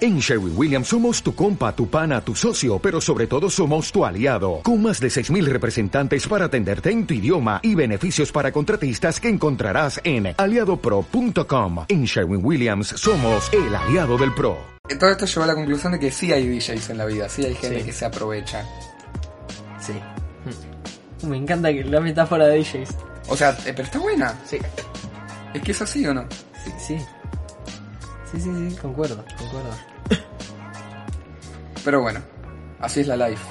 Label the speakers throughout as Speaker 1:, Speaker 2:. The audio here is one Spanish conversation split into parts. Speaker 1: En Sherwin Williams somos tu compa, tu pana, tu socio, pero sobre todo somos tu aliado, con más de 6.000 representantes para atenderte en tu idioma y beneficios para contratistas que encontrarás en aliadopro.com. En Sherwin Williams somos el aliado del PRO.
Speaker 2: Todo esto lleva a la conclusión de que sí hay DJs en la vida, sí hay gente que se aprovecha.
Speaker 3: Sí. Mm. Me encanta que la metáfora de DJs.
Speaker 2: O sea, eh, pero está buena.
Speaker 3: Sí.
Speaker 2: ¿Es que es así o no?
Speaker 3: Sí, sí. Sí, sí, sí, concuerdo, concuerdo.
Speaker 2: Pero bueno, así es la life.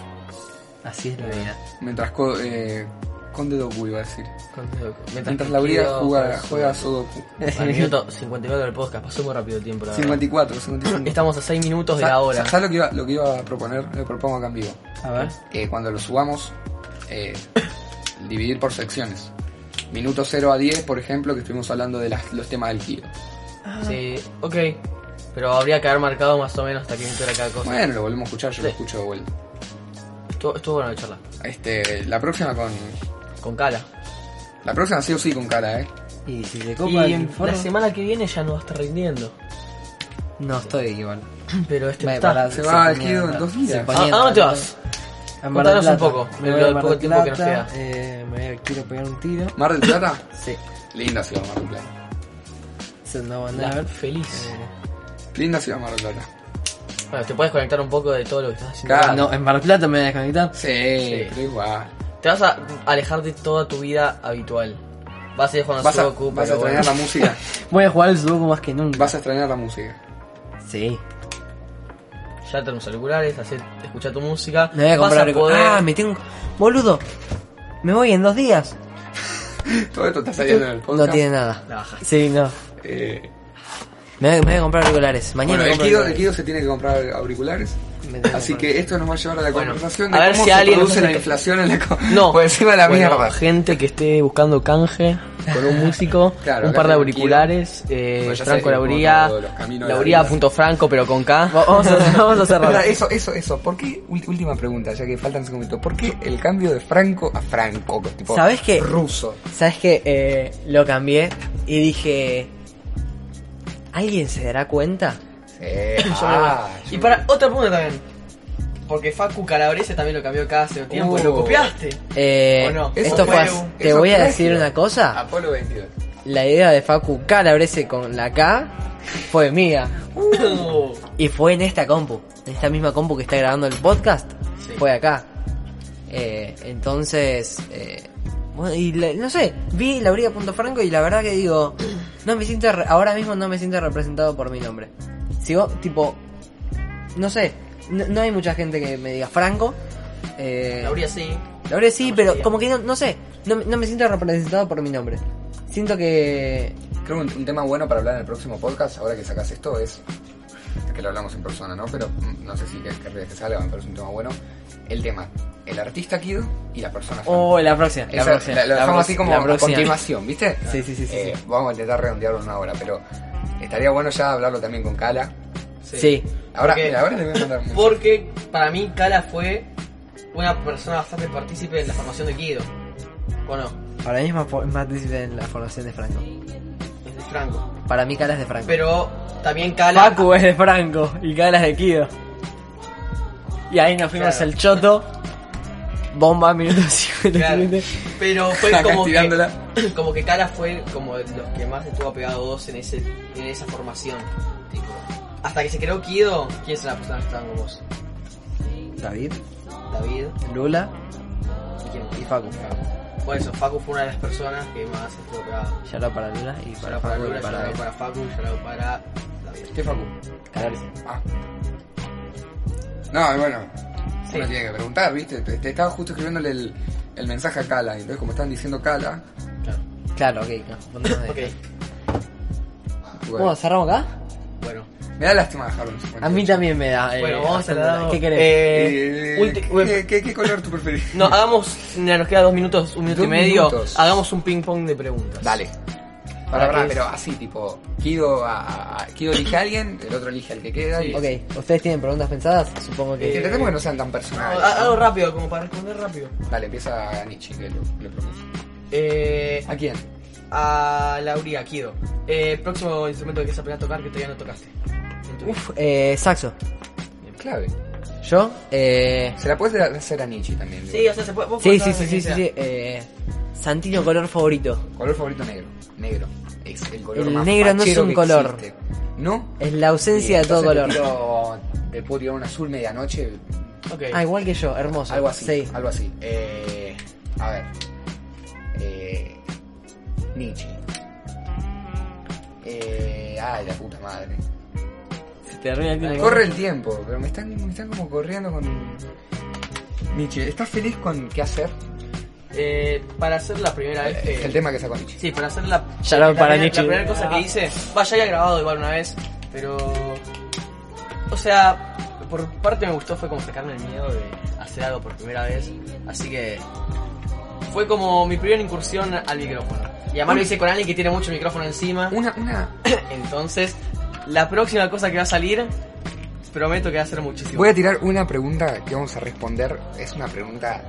Speaker 3: Así es la vida.
Speaker 2: Mientras co eh, Conde Doku iba a decir.
Speaker 3: Con Sudoku.
Speaker 2: Mientras
Speaker 3: que
Speaker 2: Lauría
Speaker 3: quiero
Speaker 2: juega,
Speaker 3: con
Speaker 2: juega a
Speaker 3: Sudoku.
Speaker 2: Sudoku.
Speaker 4: Al minuto 54 del podcast, pasó muy rápido el tiempo, la verdad.
Speaker 2: 54, 55.
Speaker 4: Estamos a 6 minutos de
Speaker 2: Sa-
Speaker 4: la hora.
Speaker 2: sa- ¿Sabes lo que iba, lo que iba a proponer? Lo propongo acá en vivo.
Speaker 3: A ver.
Speaker 2: Que cuando lo subamos, eh, dividir por secciones. Minuto 0 a 10, por ejemplo, que estuvimos hablando de las- los temas del giro.
Speaker 4: Ah. Sí, ok. Pero habría que haber marcado más o menos hasta qué minuto era cada cosa.
Speaker 2: Bueno, lo volvemos a escuchar, yo lo
Speaker 4: Sí.
Speaker 2: escucho de vuelta.
Speaker 4: Estuvo, estuvo bueno la charla.
Speaker 2: Este, la próxima con.
Speaker 4: Con Cala.
Speaker 2: La próxima sí o sí con cara, eh.
Speaker 3: Y si se
Speaker 4: Y
Speaker 3: copa el
Speaker 4: la
Speaker 3: informe-
Speaker 4: semana que viene ya no va a estar rindiendo.
Speaker 3: No estoy igual.
Speaker 4: Pero este
Speaker 3: Me
Speaker 4: está.
Speaker 3: pará,
Speaker 2: Se va el
Speaker 3: ponía-
Speaker 2: Kido en dos
Speaker 3: se
Speaker 2: días.
Speaker 3: ponía
Speaker 4: Ah, ¿A- a dónde te
Speaker 3: tan-
Speaker 4: vas?
Speaker 3: A Mar del
Speaker 4: Contanos un
Speaker 3: Plata.
Speaker 4: poco,
Speaker 3: Me
Speaker 4: el-
Speaker 3: voy a
Speaker 4: el
Speaker 3: Mar
Speaker 4: poco
Speaker 3: del
Speaker 4: tiempo que nos
Speaker 3: Plata,
Speaker 4: queda.
Speaker 3: eh, me voy a- quiero pegar un tiro.
Speaker 2: Mar del Plata,
Speaker 3: Sí.
Speaker 2: linda ciudad Mar del Plata.
Speaker 3: Se no va a
Speaker 4: Andá,
Speaker 3: andar.
Speaker 4: feliz.
Speaker 3: Eh.
Speaker 2: Linda ciudad Mar del Plata.
Speaker 4: Bueno, te puedes conectar un poco de todo lo que estás haciendo.
Speaker 2: Claro.
Speaker 3: No, en Mar del Plata me voy a desconectar.
Speaker 2: Sí,
Speaker 4: Sí.
Speaker 2: pero igual.
Speaker 4: Te vas a alejar de toda tu vida habitual. Vas a ir jugando
Speaker 2: Vas a,
Speaker 4: Sudoku,
Speaker 2: vas a
Speaker 4: pero bueno.
Speaker 2: extrañar la música.
Speaker 3: Voy a jugar el sudoku más que nunca.
Speaker 2: Vas a extrañar la música.
Speaker 3: Sí.
Speaker 4: Ya tenemos auriculares, hacer, escuchar tu música.
Speaker 3: Me voy a
Speaker 4: Vas
Speaker 3: comprar.
Speaker 4: poder-
Speaker 3: Ah, me tengo. Boludo, me voy en dos días.
Speaker 2: Todo esto está saliendo en el podcast.
Speaker 3: No tiene nada.
Speaker 4: La bajaste.
Speaker 3: Sí, no.
Speaker 2: Eh,
Speaker 3: Me voy, me voy a comprar auriculares. Mañana
Speaker 2: bueno, el
Speaker 3: me compro
Speaker 2: Kido, el
Speaker 3: auriculares.
Speaker 2: Kido se tiene que comprar auriculares.
Speaker 3: Me tengo
Speaker 2: Así
Speaker 3: comprar.
Speaker 2: que esto nos va a llevar a la
Speaker 4: Bueno,
Speaker 2: conversación
Speaker 4: a
Speaker 2: de
Speaker 4: ver
Speaker 2: cómo
Speaker 4: si
Speaker 2: se
Speaker 4: alguien
Speaker 2: produce
Speaker 4: nos
Speaker 2: la
Speaker 4: hace-
Speaker 2: inflación en la co-
Speaker 4: No.
Speaker 2: por encima de la
Speaker 4: Bueno,
Speaker 2: mierda.
Speaker 4: Gente que esté buscando canje con un músico,
Speaker 2: Claro,
Speaker 4: un par de
Speaker 2: acá
Speaker 4: auriculares,
Speaker 2: Bueno,
Speaker 4: eh,
Speaker 2: Pues ya
Speaker 4: Franco
Speaker 2: sé,
Speaker 4: Lauría,
Speaker 2: como todos los caminos de la
Speaker 4: Lauría
Speaker 2: vida.
Speaker 4: punto Franco, pero con K.
Speaker 3: Va- Oh, Vamos a, vamos a
Speaker 2: Ahora,
Speaker 3: cerrar.
Speaker 2: eso, eso, eso. ¿Por qué? Ul- Última pregunta, ya que faltan cinco minutos. ¿Por qué el cambio de Franco a Franco? Tipo,
Speaker 3: ¿Sabés qué?
Speaker 2: Ruso.
Speaker 3: ¿Sabes qué? Eh, lo cambié y dije. ¿Alguien se dará cuenta?
Speaker 2: Sí,
Speaker 4: Yo me
Speaker 2: ah, yo
Speaker 4: voy. y
Speaker 2: me-
Speaker 4: para otra pregunta también. Porque Facu Calabrese también lo cambió cada cierto tiempo.
Speaker 2: Uh.
Speaker 4: ¿Lo copiaste?
Speaker 3: Eh,
Speaker 4: ¿O no? Eso
Speaker 3: esto fue.
Speaker 4: fue
Speaker 3: así.
Speaker 4: un-
Speaker 3: Te
Speaker 2: eso
Speaker 3: voy a
Speaker 2: fue
Speaker 3: decir
Speaker 2: ácido.
Speaker 3: una cosa.
Speaker 2: Apolo 22.
Speaker 3: La idea de Facu Calabrese con la K fue mía.
Speaker 2: Uh.
Speaker 3: Y fue en esta compu, en esta misma compu que está grabando el podcast,
Speaker 4: Sí.
Speaker 3: fue acá. Eh, entonces, eh, bueno, y la- no sé, vi Lauría.franco y la verdad que digo, no me siento, re- ahora mismo no me siento representado por mi nombre. Sigo, tipo, no sé, no, no hay mucha gente que me diga Franco. Eh,
Speaker 4: Lauría sí.
Speaker 3: Lauría sí,
Speaker 4: La
Speaker 3: pero
Speaker 4: mayoría.
Speaker 3: como que no, no sé, no, no me siento representado por mi nombre. Siento que...
Speaker 2: Creo que un, un tema bueno para hablar en el próximo podcast, ahora que sacas esto, es que lo hablamos en persona, ¿no? Pero mm, no sé si que- querrías que salga, me parece un tema bueno. El tema, el artista Kido y la persona. Franco.
Speaker 3: Oh, la próxima, la
Speaker 2: Esa-
Speaker 3: próxima.
Speaker 2: la- lo dejamos
Speaker 3: la
Speaker 2: así
Speaker 3: prox-
Speaker 2: como
Speaker 3: la
Speaker 2: a
Speaker 3: próxima.
Speaker 2: continuación, ¿viste?
Speaker 3: Sí, sí, sí, sí,
Speaker 2: Eh, Vamos a intentar redondearlo en una hora, pero estaría bueno ya hablarlo también con Cala.
Speaker 3: Sí.
Speaker 2: Ahora,
Speaker 4: Porque-
Speaker 2: mira, ahora le voy a mandar un mensaje.
Speaker 4: Porque para mí Cala fue una persona bastante partícipe en la formación de Kido. ¿O no?
Speaker 3: Para mí es más, po- es más difícil en la formación de Franco.
Speaker 4: Es de Franco.
Speaker 3: Para mí Calas de Franco.
Speaker 4: Pero también Cala.
Speaker 3: Facu eh, es de Franco y Calas de Kido. Y ahí nos fuimos
Speaker 4: Claro.
Speaker 3: al choto. Bomba minuto 57.
Speaker 4: Claro. Pero fue
Speaker 2: Acá
Speaker 4: como
Speaker 2: estirándola.
Speaker 4: que, como que Cala fue como de los que más estuvo pegado vos en ese en esa formación. Tipo, hasta que se creó Kido, ¿quién es la persona que estaba con vos?
Speaker 3: David,
Speaker 4: David
Speaker 3: Lula
Speaker 4: y quién
Speaker 3: y Facu.
Speaker 4: Por eso, Facu fue una de las personas que más estuvo pegado.
Speaker 3: Yalo para Lula y para
Speaker 4: Llorado para
Speaker 3: Facu
Speaker 4: Lula,
Speaker 3: y para
Speaker 4: llorado
Speaker 3: David.
Speaker 4: para Facu, llorado para David.
Speaker 2: ¿Qué Facu?
Speaker 3: Calas.
Speaker 2: Ah. No, y bueno,
Speaker 4: Sí.
Speaker 2: uno tiene que preguntar, ¿viste? Te, te estaba justo escribiéndole el, el mensaje a Cala, y entonces como están diciendo Cala,
Speaker 4: Claro.
Speaker 3: Claro, ok. nos pondremos de-
Speaker 4: Ok,
Speaker 2: bueno,
Speaker 3: Bueno, ¿cerramos acá?
Speaker 4: bueno.
Speaker 2: me da lástima dejarlo en 58.
Speaker 3: A mí también me da. eh,
Speaker 4: Bueno, vamos a
Speaker 3: hacer-
Speaker 4: dar.
Speaker 3: ¿Qué querés?
Speaker 2: Eh, ¿qué, qué, qué color tú preferís?
Speaker 4: No, hagamos. mira, nos queda dos minutos, un minuto
Speaker 2: Dos
Speaker 4: y medio.
Speaker 2: minutos.
Speaker 4: Hagamos un ping-pong de preguntas.
Speaker 2: Dale. Para,
Speaker 4: ¿Para qué?
Speaker 2: pero así, tipo, Kido, a- a, a- Kido elige a alguien, el otro elige al que queda.
Speaker 4: Sí.
Speaker 2: Y... Eh,
Speaker 3: Ok, ¿ustedes tienen preguntas pensadas? Supongo que.
Speaker 2: Que
Speaker 4: Eh,
Speaker 2: Tratemos que no sean tan
Speaker 4: Ah,
Speaker 2: personales.
Speaker 4: ah, Algo rápido, como para responder rápido.
Speaker 2: Dale, empieza a Nietzsche, que lo, lo propuso.
Speaker 4: Eh,
Speaker 2: ¿A quién?
Speaker 4: a Lauría, Kido. Eh, próximo instrumento que quieras aprender a tocar que todavía no tocaste. En en tu vida?
Speaker 3: Uf, eh, saxo.
Speaker 2: Clave.
Speaker 3: Yo, eh.
Speaker 2: Se la puedes hacer a Nietzsche también.
Speaker 4: Sí,
Speaker 2: digo.
Speaker 4: o sea, se puede. vos
Speaker 3: Sí,
Speaker 4: podés
Speaker 3: sí,
Speaker 4: hacer
Speaker 3: sí,
Speaker 4: lo
Speaker 3: sí,
Speaker 4: que
Speaker 3: sí,
Speaker 4: sea.
Speaker 3: sí, eh, Santino color favorito.
Speaker 2: Color favorito negro. Negro. Es el color
Speaker 3: El
Speaker 2: más
Speaker 3: negro no es
Speaker 2: fachero
Speaker 3: un
Speaker 2: que
Speaker 3: color.
Speaker 2: existe. ¿No?
Speaker 3: Es la ausencia de todo color.
Speaker 2: Te puedo, te puedo tirar un azul medianoche.
Speaker 4: Ok.
Speaker 3: Ah, igual que yo, hermoso.
Speaker 2: Algo así.
Speaker 3: Sí.
Speaker 2: Algo así. Eh, a ver. Eh, Nietzsche. Eh, ay, la puta madre.
Speaker 3: Se te arruina el tiempo.
Speaker 2: Corre el tiempo, pero me están, me están como corriendo con. Nietzsche, ¿estás feliz con qué hacer?
Speaker 4: Eh, para hacer la primera vez que.
Speaker 2: Es Eh, el tema que sacó Nietzsche.
Speaker 4: Sí, para hacer la.
Speaker 3: Shout
Speaker 4: la
Speaker 3: out para
Speaker 4: primera-
Speaker 3: Nietzsche. Ah.
Speaker 4: La primera cosa que hice. Va, ya había grabado igual una vez, pero. O sea, por parte me gustó, fue como sacarme el miedo de hacer algo por primera vez. Así que. Fue como mi primera incursión al micrófono. Y además lo hice con alguien que tiene mucho micrófono encima.
Speaker 2: Una, una.
Speaker 4: Entonces, la próxima cosa que va a salir, prometo que va a ser muchísimo.
Speaker 2: Voy a tirar una pregunta que vamos a responder. Es una pregunta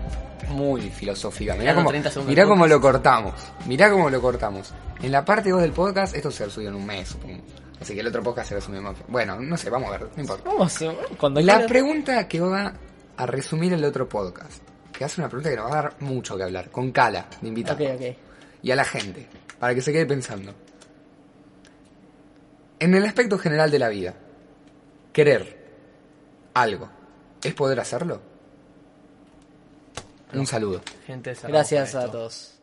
Speaker 2: muy filosófica. Mirá
Speaker 4: Quedan
Speaker 2: cómo,
Speaker 4: 30 segundos
Speaker 2: mirá
Speaker 4: de
Speaker 2: cómo
Speaker 4: podcast.
Speaker 2: lo cortamos. Mirá cómo lo cortamos. En la parte 2 del podcast, esto se resumió en un mes, supongo. Así que el otro podcast se resumió más. Bueno, no sé, vamos a ver, no importa.
Speaker 5: Vamos, cuando
Speaker 2: La
Speaker 5: quieras.
Speaker 2: pregunta que va a resumir el otro podcast, que hace una pregunta que nos va a dar mucho que hablar, con Cala, de invitado.
Speaker 5: Ok, ok.
Speaker 2: y a la gente, para que se quede pensando. En el aspecto general de la vida, querer algo, ¿es poder hacerlo? Un saludo.
Speaker 4: Gente, cerramos
Speaker 5: Gracias
Speaker 4: con
Speaker 5: a
Speaker 4: esto.
Speaker 5: todos.